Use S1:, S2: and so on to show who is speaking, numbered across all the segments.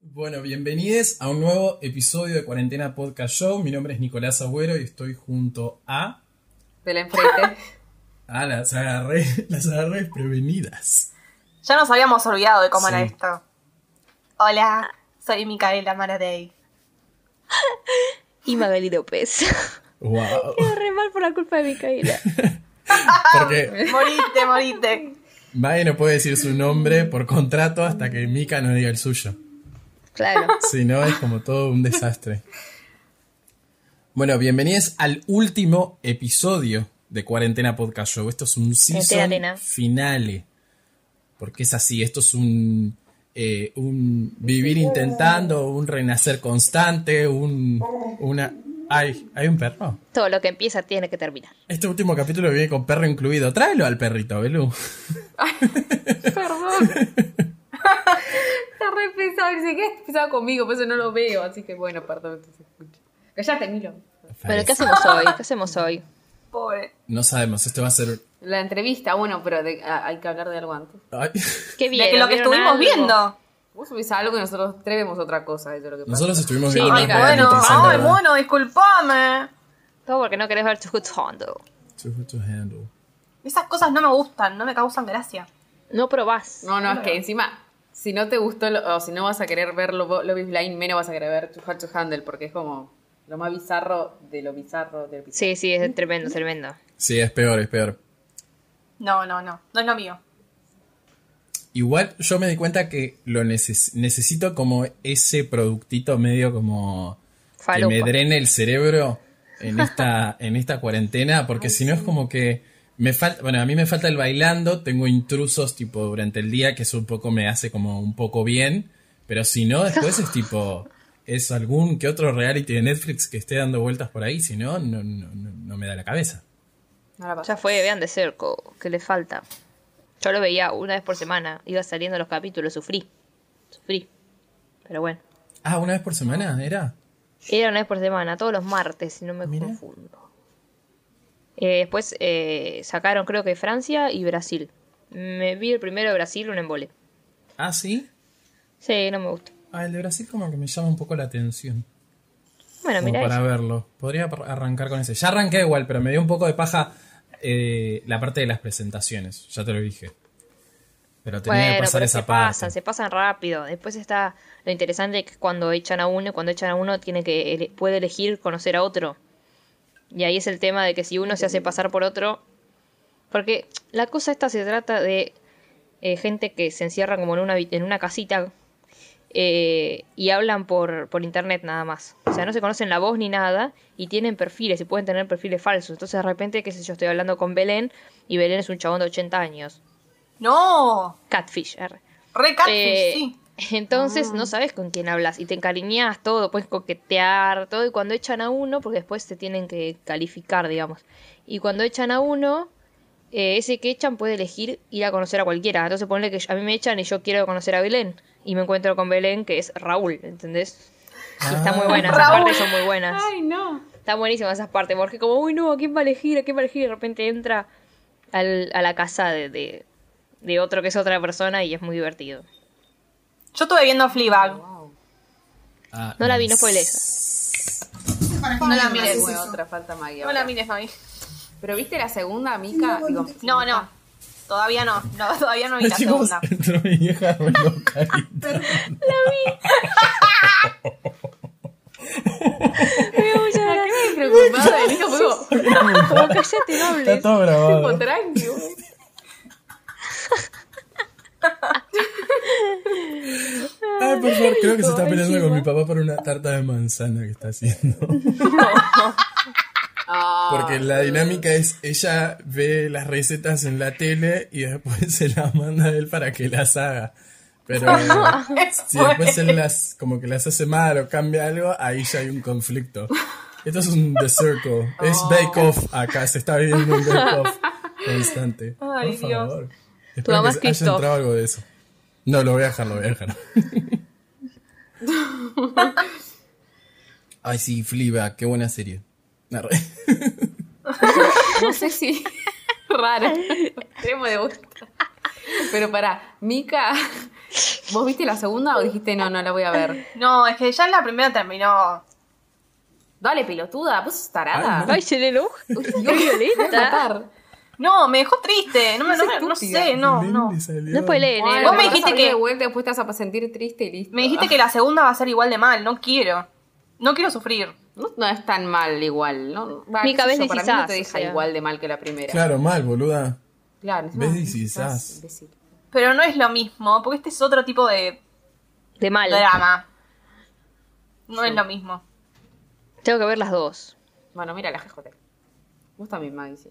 S1: Bueno, bienvenidos a un nuevo episodio de Cuarentena Podcast Show. Mi nombre es Nicolás Agüero y estoy junto a.
S2: De la enfrente.
S1: Ah, las agarré, las agarré prevenidas.
S2: Ya nos habíamos olvidado de cómo era
S1: Sí.
S2: esto.
S3: Hola, soy Micaela Maradei.
S4: Y Magali López.
S1: ¡Wow!
S4: Quedó re mal por la culpa de Micaela.
S1: Porque
S3: Morite, morite.
S1: Mae no puede decir su nombre por contrato hasta que Mika no diga el suyo.
S4: Claro.
S1: Si no, es como todo un desastre. Bueno, bienvenidos al último episodio de Cuarentena Podcast Show. Esto es un season
S4: Arena.
S1: finale. Porque es así, esto es un, eh, un vivir intentando, un renacer constante, un, una... Ay, hay un perro.
S4: Todo lo que empieza tiene que terminar.
S1: Este último capítulo viene con perro incluido. Tráelo al perrito, Belú.
S2: Perdón. Está re pesado. Dice que es pesado conmigo, por eso no lo veo. Así que bueno, perdón que se escuche. Callate, Milo.
S4: Bueno, ¿qué hacemos hoy? ¿Qué hacemos hoy?
S3: Pobre.
S1: No sabemos, esto va a ser...
S2: La entrevista, bueno, pero de- ah, hay que hablar de algo antes.
S1: Ay.
S3: De que
S4: ¿Qué vieron?
S3: lo que
S4: ¿Vieron
S3: estuvimos
S4: algo?
S3: viendo.
S2: Vos subís algo y nosotros tres vemos otra cosa. Eso es lo que pasa.
S1: Nosotros estuvimos
S4: Sí,
S1: viendo...
S4: Ay,
S1: unas
S4: bueno,
S3: Bueno,
S1: realities, la
S3: ay,
S1: verdad.
S3: bueno, disculpame.
S4: Todo porque no querés ver tu Hondo.
S1: Too hot to handle.
S3: Esas cosas no me gustan, no me causan gracia.
S4: No probás.
S2: No, no, es que encima, si no te gustó lo- o si no vas a querer ver Lo- Love is Blind, menos vas a querer ver Too Hot to Handle, porque es como lo más bizarro de lo bizarro de lo bizarro.
S4: Sí, sí, es tremendo, tremendo.
S1: Sí, es peor, es peor.
S3: No, no, no, no es lo mío.
S1: Igual yo me di cuenta que lo neces- necesito como ese productito medio como que me
S4: Falopa.
S1: drene el cerebro en esta, en esta cuarentena, porque si no es como que me falta, bueno, a mí me falta el bailando, tengo intrusos tipo durante el día, que eso un poco me hace como un poco bien, pero si no, después es tipo, es algún que otro reality de Netflix que esté dando vueltas por ahí, si no, no, no, no, no me da la cabeza.
S2: No la pasa.
S4: Ya fue, vean de cerco. ¿Qué le falta? Yo lo veía una vez por semana. Iba saliendo los capítulos, sufrí. Sufrí. Pero bueno.
S1: Ah, una vez por semana, ¿era?
S4: Era una vez por semana, todos los martes, si no me
S1: Mira.
S4: confundo. Eh, después eh, sacaron, creo que Francia y Brasil. Me vi el primero de Brasil, un embole.
S1: Ah, sí.
S4: Sí, no me gusta.
S1: Ah, el de Brasil como que me llama un poco la atención.
S4: Bueno,
S1: Como
S4: mira
S1: para verlo. Podría par- arrancar con ese. Ya arranqué igual, pero me dio un poco de paja eh, la parte de las presentaciones. Ya te lo dije. Pero tenía
S4: Bueno,
S1: que pasar
S4: pero
S1: esa
S4: se
S1: parte.
S4: pasan, se pasan rápido. Después está lo interesante que es cuando echan a uno, y cuando echan a uno tiene que ele- puede elegir conocer a otro. Y ahí es el tema de que si uno se hace pasar por otro, porque la cosa esta se trata de eh, gente que se encierra como en una habi- en una casita eh, y hablan por por internet nada más. O sea, no se conocen la voz ni nada y tienen perfiles y pueden tener perfiles falsos. Entonces de repente, qué sé yo, estoy hablando con Belén y Belén es un chabón de 80 años.
S3: No,
S4: Catfish. arre.
S3: re catfish,
S4: Eh,
S3: sí. Mm.
S4: Entonces no sabes con quién hablas y te encariñas todo, puedes coquetear, todo. Y cuando echan a uno, porque después te tienen que calificar, digamos. Y cuando echan a uno, eh, ese que echan puede elegir ir a conocer a cualquiera. Entonces ponle que a mí me echan y yo quiero conocer a Belén. Y me encuentro con Belén, que es Raúl, ¿entendés? Y está muy buena, esas
S3: Ah.
S1: Ah,
S3: Raúl.
S4: partes son muy buenas.
S2: Ay, no.
S4: Están buenísimas esas partes, porque como, uy, no, ¿a quién va a elegir? ¿A quién va a elegir? Y de repente entra al- a la casa de, de- de otro que es otra persona y es muy divertido.
S3: Yo estuve viendo Fleabag.
S1: Ah,
S4: No la vi,
S1: nice.
S4: no fue esa.
S3: No
S2: Mira,
S3: la mires.
S2: bueno, otra falta magia.
S3: No la mires, mami.
S2: Pero viste la segunda, Mica. Digo,
S3: No, no. Todavía no, no todavía no vi la
S1: Chicos,
S3: segunda.
S1: entró mi vieja re loca ahí.
S4: Ah,
S2: ¿Para qué me preocupaba de Nico? Fue como,
S4: Como callate, no hables.
S1: Está todo grabado.
S2: tipo, tranqui.
S1: Ay, por favor, creo que se está peleando con mi papá por una tarta de manzana que está haciendo.
S2: Ah,
S1: Porque la dinámica es, ella ve las recetas en la tele y después se las manda a él para que las haga. Pero si después él las, como que las hace mal o cambia algo, ahí ya hay un conflicto. Esto es un The Circle, es
S3: Oh.
S1: Bake Off acá, se está viviendo un Bake Off constante.
S3: Ay,
S1: Por
S3: Dios.
S1: favor.
S4: Tu
S1: Espero
S4: mamá es
S1: que haya
S4: Christoph.
S1: entrado algo de eso. No, lo voy a dejar, lo voy a dejar. Ay, sí, Fliba, qué buena serie. Arre.
S2: no sé si. Rara. Extremo de gusto. Pero para, Mica. ¿Vos viste la segunda o dijiste no, no la voy a ver?
S3: No, es que ya la primera terminó.
S2: Dale, pelotuda, vos sos tarada.
S1: Ay,
S4: Ay, se le enoja. Qué violenta.
S3: No, me dejó triste. No, me, no, me- no
S2: estúpida.
S3: sé, no,
S1: Nen
S3: no.
S1: le salió.
S4: No spoileen, eh.
S2: vos
S3: Vos me
S2: me
S3: dijiste
S2: dijiste que.
S3: que-
S2: De vuelta, después te vas a sentir triste y listo.
S3: Me dijiste que la segunda va a ser igual de mal. No quiero. No quiero sufrir.
S2: No, no es tan mal igual, ¿no? Va,
S4: Mi
S2: qué sé
S4: cabeza
S2: yo,
S4: y
S2: para mí
S4: quizás,
S2: no te
S4: o
S2: deja
S4: sea.
S2: igual de mal que la primera.
S1: Claro, mal, boluda.
S2: Claro,
S1: Ves
S2: encima,
S1: y quizás.
S2: quizás, imbécil.
S3: Pero no es lo mismo, porque este es otro tipo de
S4: De mal.
S3: drama. No es lo mismo.
S4: Tengo que ver las dos.
S2: Bueno, mira la JJ. Vos también, Maggie, sí.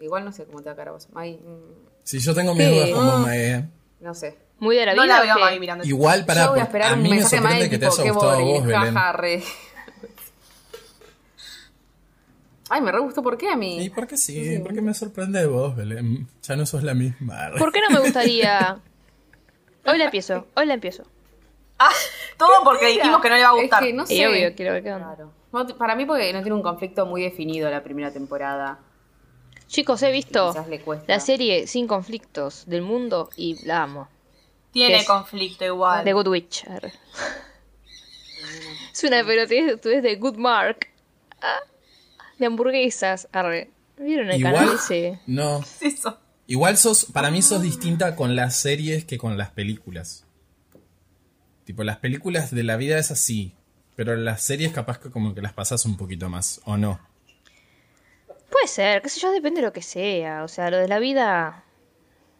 S2: Igual no sé cómo te va a cara a vos. Maggie, mm,
S1: Si yo tengo mis
S4: Sí.
S1: dudas
S2: Ah.
S1: como Mae.
S2: no sé.
S4: Muy de la vida.
S3: No la
S4: o
S3: veo a
S4: qué?
S3: Mavi mirando.
S1: Igual para
S2: Yo voy a esperar
S1: a
S2: un
S1: mí me
S2: mensaje de
S1: sorprende
S2: Maggie
S1: que te
S2: tipo,
S1: haya
S2: qué
S1: gustado a
S2: bodrio,
S1: vos, Belén.
S2: jaja, re. Ay, me re gustó. ¿Por qué a mí?
S1: ¿Y por qué sí? ¿Por qué me sorprende de vos, Belén? Ya no sos la misma.
S4: ¿Por qué no me gustaría? Hoy la empiezo, hoy la empiezo.
S3: Ah, todo porque dijimos que no le va a gustar.
S2: Es que no
S4: Y
S2: sé.
S4: obvio, quiero ver qué onda.
S2: Claro. No, t- para mí porque no tiene un conflicto muy definido la primera temporada.
S4: Chicos, he visto
S2: Quizás le cuesta.
S4: la serie Sin Conflictos del Mundo y la amo.
S3: Tiene
S4: es-
S3: conflicto igual.
S4: The Good Witch. arre. Es una pelotudez tú de Good Mark. Ah, de hamburguesas. Arre. ¿Vieron el
S1: Igual,
S4: canal ese?
S1: no.
S3: ¿Qué es eso?
S1: Igual sos, para mí sos distinta con las series que con las películas. Tipo, las películas de la vida es así, pero las series capaz que como que las pasas un poquito más, ¿o no?
S4: Puede ser, qué sé yo, depende de lo que sea. O sea, lo de la vida.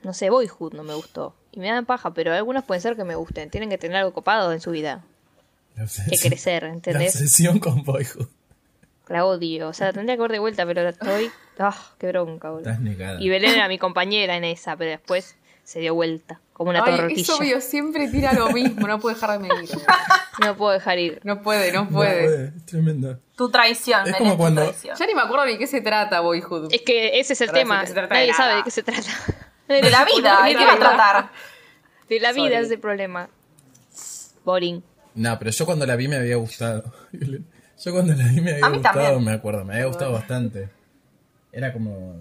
S4: No sé, Boyhood no me gustó. Y me dan paja, pero algunos pueden ser que me gusten. Tienen que tener algo copado en su vida.
S1: La
S4: Que
S1: obsesión-
S4: crecer,
S1: La
S4: ¿entendés?
S1: obsesión con Boyhood.
S4: La odio. O sea, tendría que ver de vuelta, pero la estoy. ¡Ah! ¡Qué bronca, boludo!
S1: Estás negada.
S4: Y Belén era mi compañera en esa, pero después se dio vuelta, como una
S2: Ay,
S4: tortilla.
S2: es obvio, siempre tira lo mismo, no puede dejar de medir.
S4: No puedo dejar ir.
S2: No puede, no
S1: No
S2: puede.
S1: puede, es tremendo.
S3: Tu traición.
S1: Es
S3: Belén,
S1: como
S3: tu
S1: cuando-
S3: traición.
S2: Ya ni me acuerdo ni qué se trata Boyhood.
S4: Es que ese es el
S2: Pero
S4: tema.
S2: de eso se trata de
S4: Nadie
S2: nada.
S4: sabe de qué se trata.
S3: De la vida, ¿de qué va a tratar?
S4: De la vida
S2: Sorry.
S4: es el problema. Boring.
S1: No, pero yo cuando la vi me había gustado. Yo cuando la vi me había
S3: A mí
S1: gustado,
S3: también.
S1: me acuerdo, me había gustado bastante. Era como...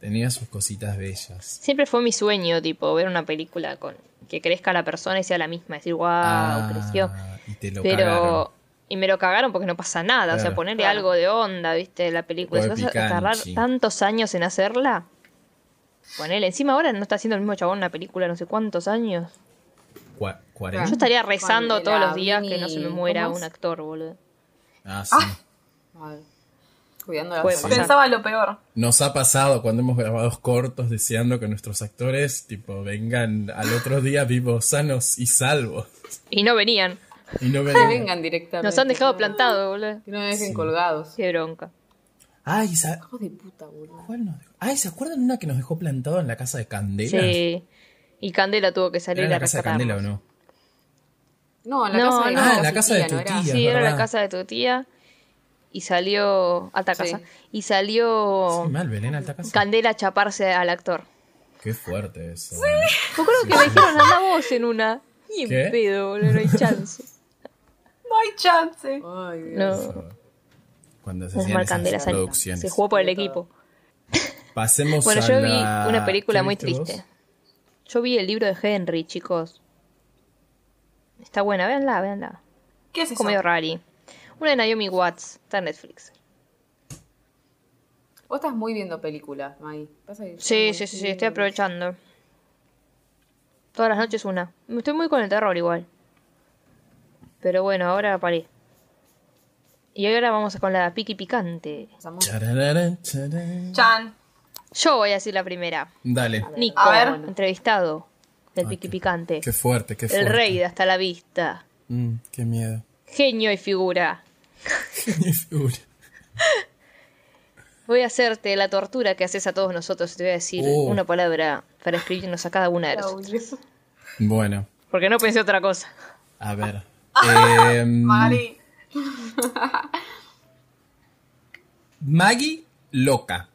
S1: Tenía sus cositas bellas.
S4: Siempre fue mi sueño, tipo, ver una película con que crezca la persona y sea la misma. Decir, wow,
S1: Ah,
S4: creció.
S1: Y te lo
S4: Pero.
S1: cagaron.
S4: Y me lo cagaron porque no pasa nada. O
S1: Claro.
S4: sea, ponerle algo de onda, viste, la película.
S1: Un
S4: Si
S1: poco
S4: vas
S1: de
S4: a tardar
S1: picanchi.
S4: tantos años en hacerla, ponele. Encima ahora no está haciendo el mismo chabón una película, no sé cuántos años.
S1: Cua-
S4: Yo
S1: ¿cuarenta?
S4: estaría
S2: Cuando
S4: rezando todos
S2: Ah, la
S4: los días que no se
S2: Vini-
S4: me muera
S2: ¿cómo es?
S4: un actor, boludo.
S1: Ah, sí.
S2: Ay, cuidando la
S4: Puede
S2: salud.
S4: pasar.
S3: Pensaba lo peor.
S1: Nos ha pasado cuando hemos grabado cortos deseando que nuestros actores tipo vengan al otro día vivos, sanos y salvos.
S4: Y no venían.
S1: Y no
S2: Que
S1: vengan.
S2: vengan directamente.
S4: Nos han dejado
S2: que no-
S4: plantados, boludo.
S2: Que no me dejen colgados.
S4: Qué bronca.
S1: Ay, ¿sa-
S2: Hijos de puta, boludo.
S1: cuál nos dejó? Ay, ¿se acuerdan una que nos dejó plantado en la casa de Candela?
S4: Sí. Y Candela tuvo que
S1: ¿Era
S4: salir
S1: en
S4: a
S1: la casa de
S4: rescatarnos.
S1: Candela o no?
S2: No, en la
S4: No,
S2: casa de
S4: no.
S1: Ah, en la casa de
S2: tía,
S1: tu
S2: ¿no era?
S1: tía.
S4: Sí,
S1: es
S4: era la
S1: verdad.
S4: casa de tu tía. Y salió. Alta casa.
S2: Sí.
S4: Y salió
S1: Sí, mal, Belén Altacasa.
S4: Candela a chaparse al actor.
S1: Qué fuerte eso. ¿eh?
S4: Yo creo que me dijeron anda vos en una. Y en
S1: ¿Qué?
S4: pedo, boludo, no hay chance.
S3: No hay chance.
S2: Ay, Dios.
S4: No.
S1: Cuando se
S4: Es
S1: hacían
S4: mal
S1: esas
S4: Candela salió.
S1: producciones.
S4: Se jugó por el equipo.
S1: Pasemos
S4: Bueno,
S1: a
S4: yo vi
S1: la-
S4: una película
S1: ¿Qué
S4: muy
S1: viste vos?
S4: triste. Yo vi el libro de Henry, chicos. Está buena, véanla, véanla.
S3: ¿Qué es
S4: Es
S3: eso?
S4: como medio rari. Una de Naomi Watts, está en Netflix.
S2: Vos estás muy viendo películas, Maggie. Pasa que yo
S4: Sí,
S2: no-
S4: sí, sí, sí, estoy aprovechando. Todas las noches una. Estoy muy con el terror igual. Pero bueno, ahora paré. Y ahora vamos con la piqui picante.
S2: Pasamos-
S1: Chararán, charán.
S3: Chan.
S4: Yo voy a decir la primera.
S1: Dale.
S4: Nico,
S3: A ver.
S4: entrevistado del
S1: Ay,
S4: piqui
S1: Ah, qué-
S4: picante.
S1: Qué fuerte, qué
S4: El
S1: fuerte.
S4: rey de hasta la vista.
S1: Mm, qué miedo.
S4: Genio y figura.
S1: Mi figura.
S4: Voy a hacerte la tortura que haces a todos nosotros. Te voy a decir
S1: Oh.
S4: una palabra para escribirnos a cada una de nosotros.
S1: Bueno,
S4: Porque no pensé otra cosa.
S1: a ver.
S4: Ah.
S1: Em,
S3: Mari.
S1: Maggie, loca.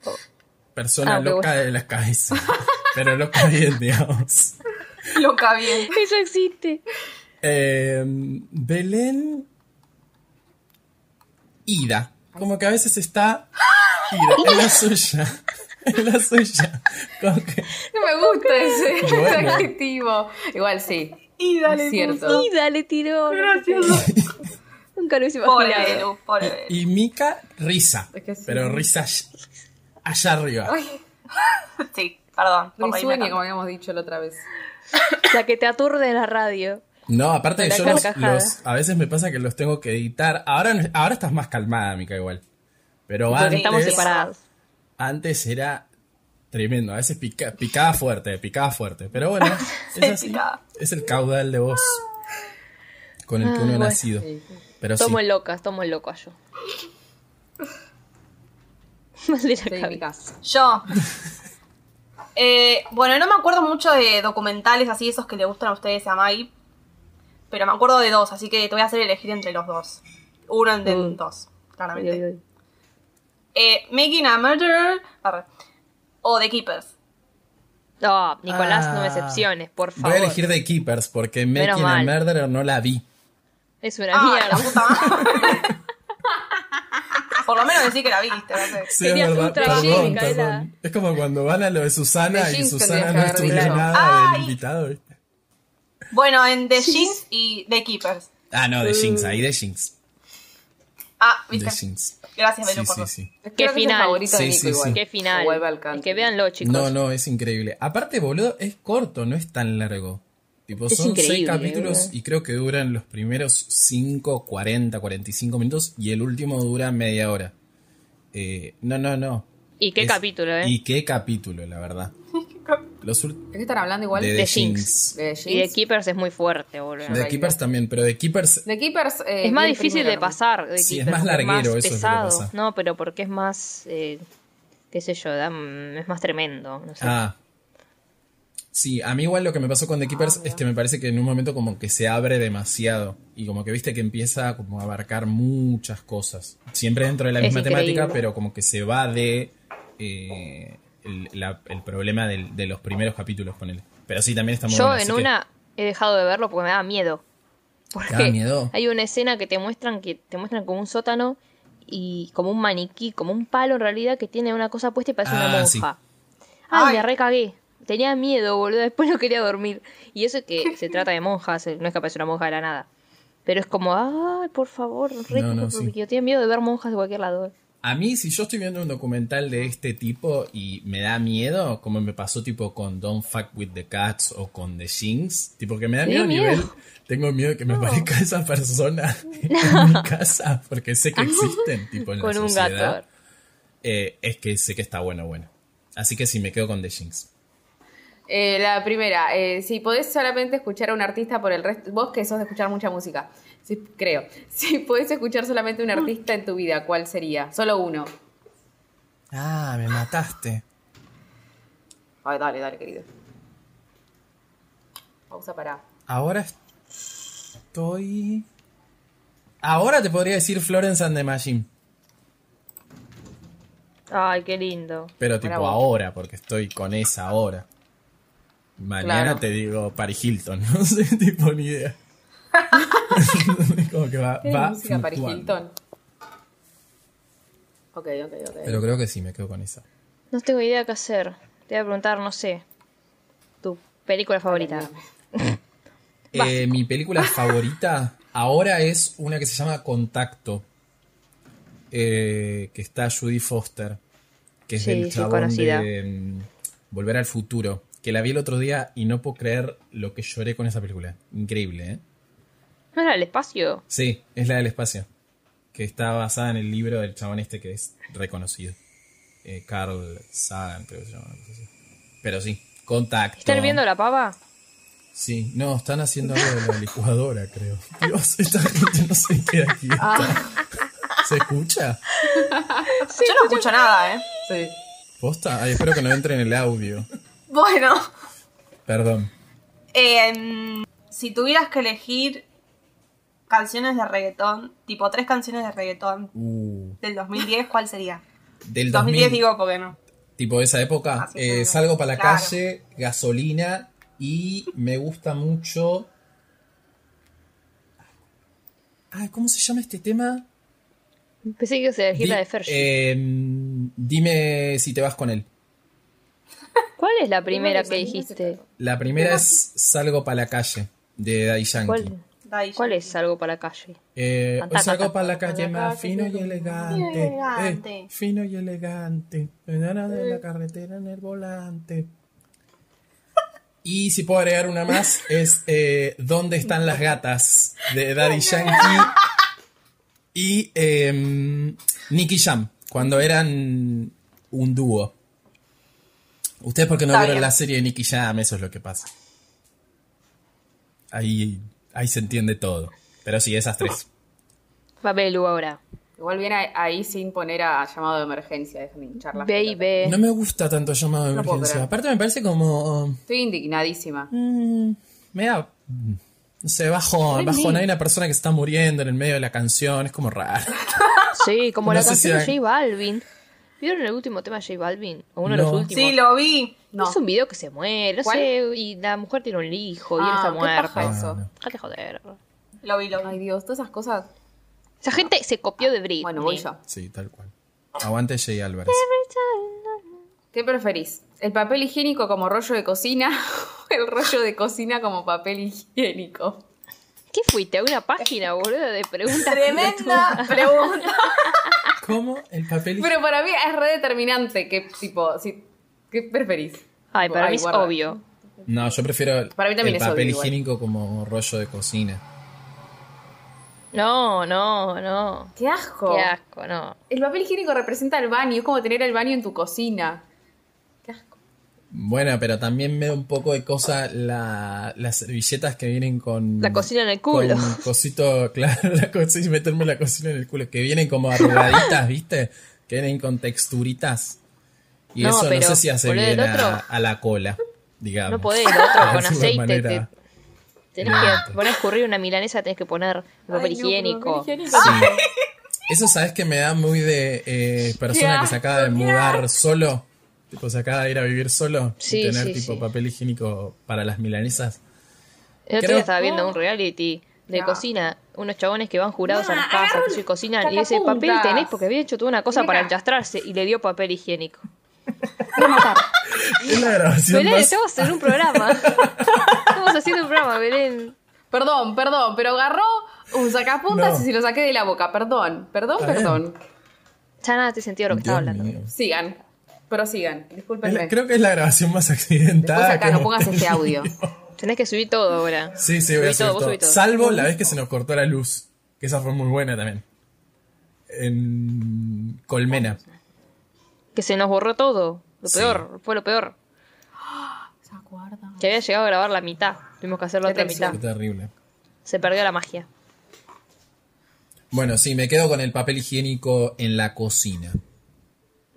S1: Persona
S4: Oh. Ah, me
S1: loca de la cabeza. Pero loca bien, digamos.
S3: Loca bien.
S4: Eso existe.
S1: Em, Belén. Ida. Como que a veces está. Ida. En la suya. En la suya. Como que-
S2: No me gusta ese, ese
S1: Bueno.
S2: adjetivo. Igual sí.
S3: Y dale,
S2: Es cierto.
S3: puso.
S4: Y dale tiró.
S3: Gracias.
S4: Nunca lo hubiese
S3: Pobre
S4: imaginado.
S3: Belu, pobre Belu.
S1: Y Mika, risa.
S2: Es que sí.
S1: Pero risa all- allá arriba.
S3: Sí, perdón. por reírme
S2: Risueña,
S3: tanto.
S2: como habíamos dicho la otra vez.
S4: La que te aturde la radio.
S1: No, aparte de
S4: La
S1: yo los,
S4: carcajada.
S1: los- a veces me pasa que los tengo que editar. Ahora, no- ahora estás más calmada, Mica, igual. Pero
S4: Porque
S1: antes,
S4: estamos separados.
S1: antes era tremendo. A veces pica- picaba fuerte, picaba fuerte. Pero bueno,
S3: Sí,
S1: es, así.
S3: picaba. Ah,
S1: es el caudal de voz con el que uno ha nacido.
S2: Sí.
S1: Pero sí.
S4: Tomo locas, tomo loco yo. Maldita
S2: Sí,
S4: cabeza.
S2: Mica.
S3: Yo. Eh, bueno, no me acuerdo mucho de documentales así, esos que le gustan a ustedes a Mai. Pero me acuerdo de dos, así que te voy a hacer elegir entre los dos. Uno entre
S4: Mm.
S3: dos,
S4: Ay,
S3: claramente.
S4: ay, ay.
S3: Eh, Making a Murderer arre, o The Keepers.
S4: No, Nicolás, no me
S1: Ah.
S4: decepciones, por
S1: Voy
S4: favor.
S1: a elegir The Keepers porque
S4: Menos
S1: Making a
S4: mal.
S1: Murderer no la vi.
S4: Es una
S3: Ah, la
S4: mierda.
S3: puta madre. Por lo menos decir que la viste, ¿verdad?
S1: Sí,
S4: Tenías
S1: es
S4: un
S1: verdad.
S4: trabajo,
S1: Perdón,
S4: Micaela.
S1: perdón. Es como cuando van a lo de Susana
S2: De
S1: y
S2: Jinx
S1: Susana
S2: tendrías
S1: no
S2: que haber
S1: estudió
S2: dicho.
S1: nada del
S3: Ay.
S1: invitado. ¿viste?
S3: Bueno, en The Jinx y The Keepers.
S1: Ah, no, de Jinx, ahí de Jinx.
S3: Ah,
S1: De
S3: viste.
S1: Jinx.
S3: Gracias, Belu,
S1: Sí,
S3: por
S1: sí,
S3: dos.
S1: sí.
S2: Es que creo
S4: Qué
S2: que es el
S4: final.
S2: favorito de
S1: Sí,
S2: Nico
S1: sí,
S2: igual.
S1: sí.
S4: Qué final.
S2: Vuelve al canto.
S4: El que véanlo, chicos.
S1: No, no, es increíble. Aparte, boludo, es corto, no es tan largo. Tipo,
S4: Es
S1: son seis
S4: increíble,
S1: capítulos
S4: boludo.
S1: y creo que duran los primeros 5, 40, 45 minutos y el último dura media hora. Eh, no, no, no.
S4: Y qué
S1: Es-
S4: capítulo, ¿eh?
S1: Y qué capítulo, la verdad. Los ul-
S2: ¿De qué están hablando igual?
S1: de
S4: The
S1: The
S4: Jinx.
S1: Jinx.
S2: De
S4: Y The
S2: Jinx.
S4: Keepers es muy fuerte, boludo.
S1: De Keepers también, pero de Keepers
S2: The Keepers. eh,
S4: Es más
S2: vi el
S4: difícil
S2: primero,
S4: de
S2: ¿no?
S4: pasar. de
S1: Sí, es
S4: Keepers,
S1: más
S4: porque
S1: larguero, eso
S4: más
S1: es lo que
S4: pesado.
S1: pasa.
S4: No, pero porque es más, eh, qué sé yo, da- mm, es más tremendo. No sé.
S1: Ah. Sí, a mí igual lo que me pasó con The
S4: Ah,
S1: Keepers es que me parece que en un momento como que se abre demasiado y como que viste que empieza como a abarcar muchas cosas. Siempre dentro de la
S4: Es
S1: misma temática,
S4: increíble.
S1: pero como que se va de eh, el, la- el problema del- de los primeros capítulos, ponele. Pero sí, también está muy
S4: yo
S1: bueno, así
S4: en
S1: que-
S4: una he dejado de verlo porque me da miedo. Porque
S1: da miedo?
S4: hay una escena que te muestran que te muestran como un sótano y como un maniquí, como un palo en realidad que tiene una cosa puesta y parece una
S1: Ah,
S4: monja.
S1: sí.
S4: Ay,
S3: Ay.
S4: la recagué. Tenía miedo, boludo. Después no quería dormir. Y eso que se trata de monjas, eh, no es que aparece una monja de la nada. Pero es como, ay, por favor, re
S1: No, no,
S4: porque
S1: sí.
S4: yo tenía miedo de ver monjas de cualquier lado. eh,
S1: A mí, si yo estoy viendo un documental de este tipo y me da miedo, como me pasó tipo con Don't Fuck With The Cats o con The Jinx, tipo que me da
S4: Te
S1: miedo
S4: da
S1: a
S4: miedo.
S1: nivel, tengo miedo que me parezca esa persona en mi casa, porque sé que existen, tipo en
S4: Ah. Con
S1: la
S4: un
S1: sociedad.
S4: gato.
S1: Eh, es que sé que está bueno, bueno. Así que sí, me quedo con The Jinx.
S2: Eh, la primera, eh, si podés solamente escuchar a un artista por el resto, vos que sos de escuchar mucha música, sí, creo, si podés escuchar solamente un artista en tu vida, ¿cuál sería? Solo uno.
S1: Ah, me mataste.
S2: Ay, dale, dale, querido. Pausa para...
S1: Ahora estoy... Ahora te podría decir Florence and the Machine.
S4: Ay, qué lindo.
S1: Pero tipo
S2: Bravo.
S1: ahora, porque estoy con esa ahora. Mañana
S2: Claro.
S1: te digo Paris Hilton, no sé, tipo ni idea. Como que va,
S2: ¿Qué
S1: va
S2: música para
S1: fluctuando.
S2: Hilton? Ok, ok, ok.
S1: Pero creo que sí, me quedo con esa.
S4: No tengo idea qué hacer. Te voy a preguntar, no sé, tu película favorita.
S1: Eh, mi película favorita ahora es una que se llama Contacto, eh, que está Judy Foster, que es
S4: Sí,
S1: del
S4: sí,
S1: chabón
S4: conocida.
S1: de mm, Volver al Futuro, que la vi el otro día y no puedo creer lo que lloré con esa película. Increíble, ¿eh?
S4: ¿No era el espacio?
S1: Sí, es la del espacio. Que está basada en el libro del chabón este que es reconocido. Eh, Carl Sagan, creo que se llama. una cosa así. Pero sí, contacto.
S4: ¿Están viendo la pava?
S1: Sí, no, están haciendo algo de la licuadora, creo. Dios, esta gente no se queda aquí.
S4: Ah.
S1: ¿Se escucha?
S3: Yo no escucho nada, ¿eh?
S2: Sí.
S1: ¿Posta? Ay, espero que no entre en el audio.
S3: Bueno,
S1: Perdón.
S3: em, si tuvieras que elegir canciones de reggaetón, tipo tres canciones de reggaetón
S1: Uh,
S3: del 2010, ¿cuál sería?
S1: del
S3: 2010
S1: 2000,
S3: digo porque no.
S1: tipo esa época.
S4: Ah,
S3: Así
S1: eh,
S3: que-
S1: salgo para la
S3: claro.
S1: calle, gasolina y me gusta mucho. Ay, ¿cómo se llama este tema?
S4: Pensé que ibas a elegir
S1: Di-
S4: la de Fergie.
S1: eh, dime si te vas con él.
S4: ¿Cuál es la primera
S2: Dime
S4: que
S2: que sí,
S4: dijiste?
S1: La primera es Salgo para la calle de Daddy Yankee.
S4: ¿Cuál,
S3: Daddy
S4: cuál
S3: Yankee.
S4: es algo para la calle?
S1: Eh, hoy
S4: Ta, ta,
S1: salgo
S4: ta,
S1: para la
S4: ta,
S1: calle
S4: ta,
S1: más
S4: ta,
S1: fino
S4: ta,
S1: y
S4: ta,
S1: elegante.
S3: elegante.
S1: eh, fino y elegante. Pedana de la carretera en el volante. Y si puedo agregar una más, es eh, ¿Dónde están las gatas? de Daddy Yankee y eh, Nicky Jam, cuando eran un dúo. Ustedes porque no
S3: Está
S1: vieron
S3: bien.
S1: la serie de Nicky Jam, eso es lo que pasa. Ahí, ahí se entiende todo. Pero sí, esas tres.
S4: Va Belu ahora.
S2: Igual viene a- ahí sin poner a llamado de emergencia, déjame hinchar las pelotas.
S4: Baby.
S1: No me gusta tanto llamado de
S2: No puedo
S1: emergencia.
S2: creer.
S1: Aparte me parece como... um,
S2: Estoy indignadísima.
S1: mm, me da... mm, No sé, bajón,
S2: Ay,
S1: bajón.
S2: mi.
S1: Hay una persona que se está muriendo en el medio de la canción. Es como raro.
S4: Sí, como
S1: No
S4: la
S1: sé si
S4: canción de
S1: hay-
S4: J Balvin. ¿Vieron el último tema de J Balvin? O uno de los
S1: No.
S4: últimos.
S3: Sí, lo vi.
S2: No.
S4: Es un video que se muere, no
S2: ¿Cuál?
S4: sé, y la mujer tiene un hijo y él
S2: Ah,
S4: está
S2: qué
S4: muerto.
S2: paja eso.
S4: Déjate joder.
S3: Lo vi, lo vi.
S2: Ay Dios, todas esas cosas.
S4: Esa gente se copió de Britney.
S2: Bueno, voy yo.
S1: Sí, tal cual. Aguante Jay Álvarez.
S2: ¿Qué preferís? ¿El papel higiénico como rollo de cocina o el rollo de cocina como papel higiénico?
S4: ¿Qué fuiste? ¿A una página, boludo, de preguntas?
S3: Tremenda pregunta.
S1: ¿Cómo el papel...
S2: Pero para mí es redeterminante qué tipo, si, ¿qué preferís?
S4: Ay, para mí es
S2: guarda.
S4: obvio.
S1: No, yo prefiero el-
S2: Para mí también
S1: el
S2: es obvio
S1: papel
S2: igual.
S1: higiénico como rollo de cocina.
S4: No, no, no.
S2: ¡Qué asco!
S4: Qué asco, no.
S2: El papel higiénico representa el baño, es como tener el baño en tu cocina. ¡Qué asco!
S1: Bueno, pero también me da un poco de cosa la- las servilletas que vienen con...
S4: La cocina en el culo.
S1: Con cosito, claro, la cocina, meterme la cocina en el culo. Que vienen como arrugaditas, ¿viste? Que vienen con texturitas. Y
S4: No,
S1: eso no
S4: pero,
S1: sé si hace
S4: boludo, el
S1: bien a,
S4: otro-
S1: a la cola, digamos.
S4: No podés, lo otro
S1: De
S4: con
S1: alguna
S4: aceite. Te,
S1: manera.
S4: tenés
S1: elegante.
S4: que poner a escurrir una milanesa, tenés que poner papel higiénico. Ah.
S1: Sí. Eso sabes que me da muy de eh, persona que se acaba de mudar solo. Tipo, se acaba de ir a vivir solo.
S4: Sí,
S1: y tener
S4: sí,
S1: tipo
S4: sí.
S1: papel higiénico para las milanesas.
S4: El otro
S1: Creo-
S4: día estaba viendo un reality de
S2: No.
S4: cocina, unos chabones que van jurados a las
S2: Ah,
S4: casas,
S2: agarran
S4: que se cocinan, y ese
S2: sacapuntas.
S4: papel tenés porque había hecho toda una cosa
S2: Mira.
S4: para enchastrarse y le dio papel higiénico.
S1: Es la grabación
S4: Belén,
S1: más-
S4: estamos en un programa. estamos haciendo un programa, Belén.
S2: Perdón, perdón, pero agarró un sacapuntas
S1: No.
S2: y se lo saqué de la boca. Perdón, perdón,
S1: Está bien.
S2: perdón.
S4: Ya nada te sentido lo que
S1: Dios
S4: estaba hablando.
S1: mío.
S2: Sigan, prosigan,
S1: Es
S2: discúlpenme.
S1: la- creo que es la grabación más accidentada.
S2: Después acá
S1: que
S2: no
S1: hemos
S2: pongas este
S1: tenido.
S2: audio.
S4: Tenés que subir todo ahora.
S1: Sí, sí, voy a
S4: Subí
S1: hacer
S4: todo, vos
S1: todo.
S4: subí todo.
S1: Salvo la vez que se nos cortó la luz. Que esa fue muy buena también. En Colmena.
S4: Que se nos borró todo. Lo
S1: Sí.
S4: peor, fue lo peor.
S2: ¿Se acuerdan?
S4: Que había llegado a grabar la mitad. Tuvimos que hacer la
S2: Qué
S4: otra
S2: tensión.
S4: mitad.
S1: Fue terrible.
S4: Se perdió la magia.
S1: Bueno, sí, me quedo con el papel higiénico en la cocina.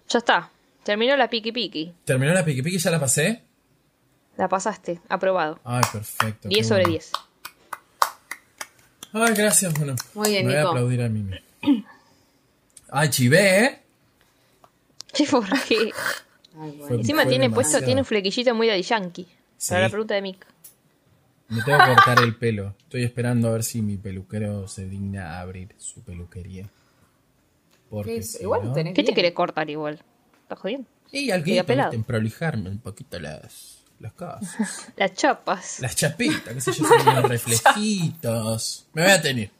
S4: Ya está. Terminó la piqui piqui.
S1: ¿Terminó la piqui piqui? ¿Ya la pasé?
S4: La pasaste. Aprobado.
S1: Ay, perfecto. qué
S4: 10 sobre
S1: bueno.
S4: 10.
S1: Ay, gracias, bueno.
S2: Muy bien,
S1: Me voy
S2: Nico.
S1: a aplaudir a mí. mismo. Ay, chivé, ¿eh?
S4: Sí, porque
S2: Ay, bueno.
S1: Fue-
S4: encima
S1: fue
S4: tiene
S1: demasiado.
S4: puesto, tiene un flequillito muy de yankee.
S1: Sí.
S4: Para la pregunta de Mick.
S1: Me tengo que cortar el pelo. Estoy esperando a ver si mi peluquero se digna a abrir su peluquería. Porque
S2: Sí,
S1: si
S2: igual
S1: no-
S2: tenés-
S4: ¿Qué
S2: Bien.
S4: te quiere cortar igual? ¿Estás jodiendo?
S1: Y al
S4: Queda
S1: grito,
S4: pelado.
S1: viste, en prolijarme un poquito las, las cosas.
S4: Las chapas.
S1: Las chapitas, qué sé yo, son unos reflejitos. Me voy a tener.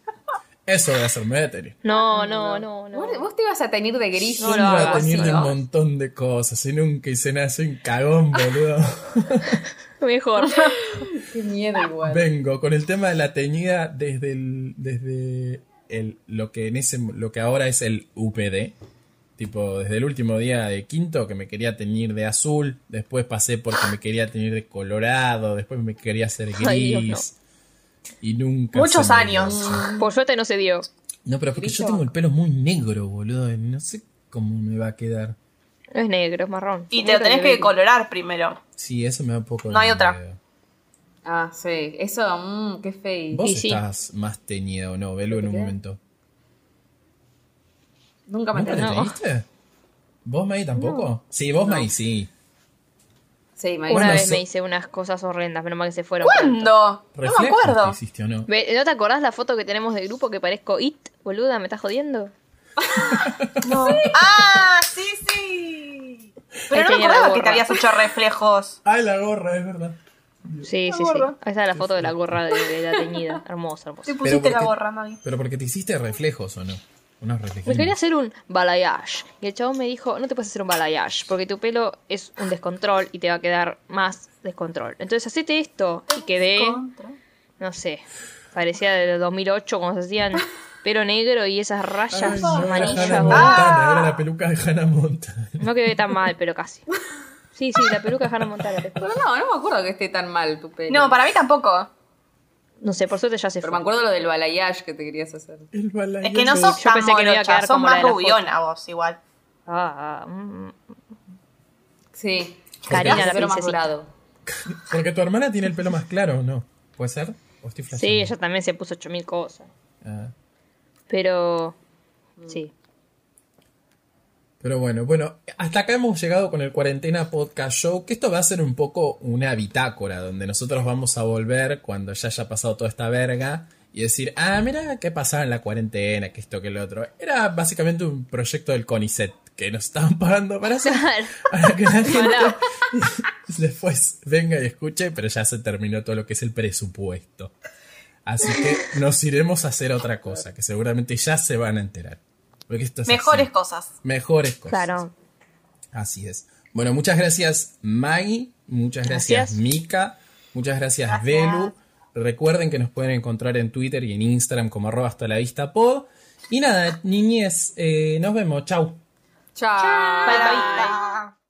S1: Eso voy a hacer, me voy a tener.
S4: No, no, no, no.
S2: Vos, vos te ibas a teñir de gris.
S4: No
S1: Yo
S4: lo
S1: me voy a
S4: hagas,
S1: tener
S4: no
S1: de
S4: lo
S1: un
S4: hagas.
S1: montón de cosas. Y nunca hice nada, soy un cagón, boludo.
S4: Mejor.
S2: Qué miedo igual.
S1: Vengo con el tema de la teñida desde el, desde el, lo que en ese lo que ahora es el UPD. Tipo, desde el último día de quinto que me quería teñir de azul, después pasé porque me quería teñir de colorado, después me quería hacer gris.
S4: Ay, Dios,
S1: Y nunca.
S3: Muchos
S1: se me
S3: años.
S1: dio eso.
S4: Por suerte no se dio.
S1: No, pero porque yo
S2: Grito.
S1: tengo el pelo muy negro, boludo. y No sé cómo me va a quedar.
S4: No es negro, es marrón.
S3: Y te lo tenés que colorar primero.
S1: Sí, eso me da un poco.
S3: No hay
S1: de
S3: otra.
S1: miedo.
S2: Ah, sí. Eso, mmm, qué feo.
S1: Vos
S4: Y sí.
S1: estás más teñido, ¿no? Velo en un momento.
S2: Nunca me
S1: ¿Nunca te
S2: entendí.
S1: teñiste? ¿Vos, May, tampoco? Sí, vos, May, sí.
S2: Sí,
S4: Una
S2: María.
S1: Bueno,
S4: vez
S1: so-
S4: me hice unas cosas horrendas, menos mal que se fueron.
S3: ¿Cuándo? No me
S1: Reflejo te
S3: acuerdo.
S1: hiciste, ¿o no?
S4: Ve- ¿No te acordás la foto que tenemos del grupo que parezco IT, boluda? ¿Me estás jodiendo?
S3: ¡Ah! ¡Sí, sí! Pero no
S4: Ahí
S3: me
S4: tenía la
S3: acordaba
S4: gorra.
S3: que te habías hecho reflejos.
S1: Ay, la gorra, es verdad.
S4: Sí, sí, sí.
S3: gorra.
S4: Ahí está la foto de la gorra de, de la teñida. Hermosa, hermosa.
S3: Te pusiste
S1: porque-
S3: la gorra, Mavi.
S1: Pero porque te hiciste reflejos o no. Unos
S4: Me
S1: reflejos.
S4: quería hacer un balayage. Y el chabón me dijo, no te puedes hacer un balayage, porque tu pelo es un descontrol y te va a quedar más descontrol. Entonces hacete esto. Y quedé,
S3: Contra.
S4: no sé, parecía del 2008 cuando se hacían pelo negro y esas rayas
S3: Oh,
S4: amarillas.
S1: Hannah
S4: boludo.
S1: Montana, era
S3: Ah.
S1: la peluca de Hannah Montana.
S4: No quedé tan mal, pero casi. Sí, sí, la peluca de Hannah Montana. te juro.
S2: Pero no, no me acuerdo que esté tan mal tu pelo.
S3: No, para mí tampoco.
S4: No sé, por suerte ya se
S2: Pero
S4: fue.
S2: me acuerdo lo del balayage que te querías hacer.
S1: El balayage.
S3: Es que no sos
S4: Yo
S3: tan
S4: pensé que me iba a
S3: morocha,
S4: quedar
S3: sos
S4: como la
S3: más
S4: de la foto.
S3: rubiona vos igual.
S4: Ah, ah, mm, mm.
S2: Sí.
S4: Karina,
S2: Tenías
S4: la
S2: el pelo más
S4: princesita.
S2: dorado.
S1: Porque tu hermana tiene el pelo más claro, ¿o ¿no? ¿Puede ser? ¿O estoy flasheando?
S4: sí, ella también se puso 8000 cosas.
S1: Ah.
S4: Pero,
S2: Mm.
S4: sí.
S1: Pero bueno, bueno, hasta acá hemos llegado con el Cuarentena Podcast Show, que esto va a ser un poco una bitácora, donde nosotros vamos a volver cuando ya haya pasado toda esta verga y decir, ah, mira qué pasaba en la cuarentena, que esto, que lo otro. Era básicamente un proyecto del CONICET que nos estaban pagando para hacer.
S4: Claro.
S1: Para que la gente
S4: Ojalá.
S1: después venga y escuche, pero ya se terminó todo lo que es el presupuesto. Así que nos iremos a hacer otra cosa, que seguramente ya se van a enterar. Porque esto es
S3: Mejores
S1: así.
S3: cosas.
S1: Mejores cosas.
S4: Claro.
S1: Así es. Bueno, muchas gracias Maggie, muchas gracias,
S4: Gracias.
S1: Mika, muchas gracias,
S3: Gracias.
S1: Belu. Recuerden que nos pueden encontrar en Twitter y en Instagram como arroba hasta la vista pod. Y nada, niñez, eh, nos vemos, chau.
S2: Chao.
S3: Bye, bye.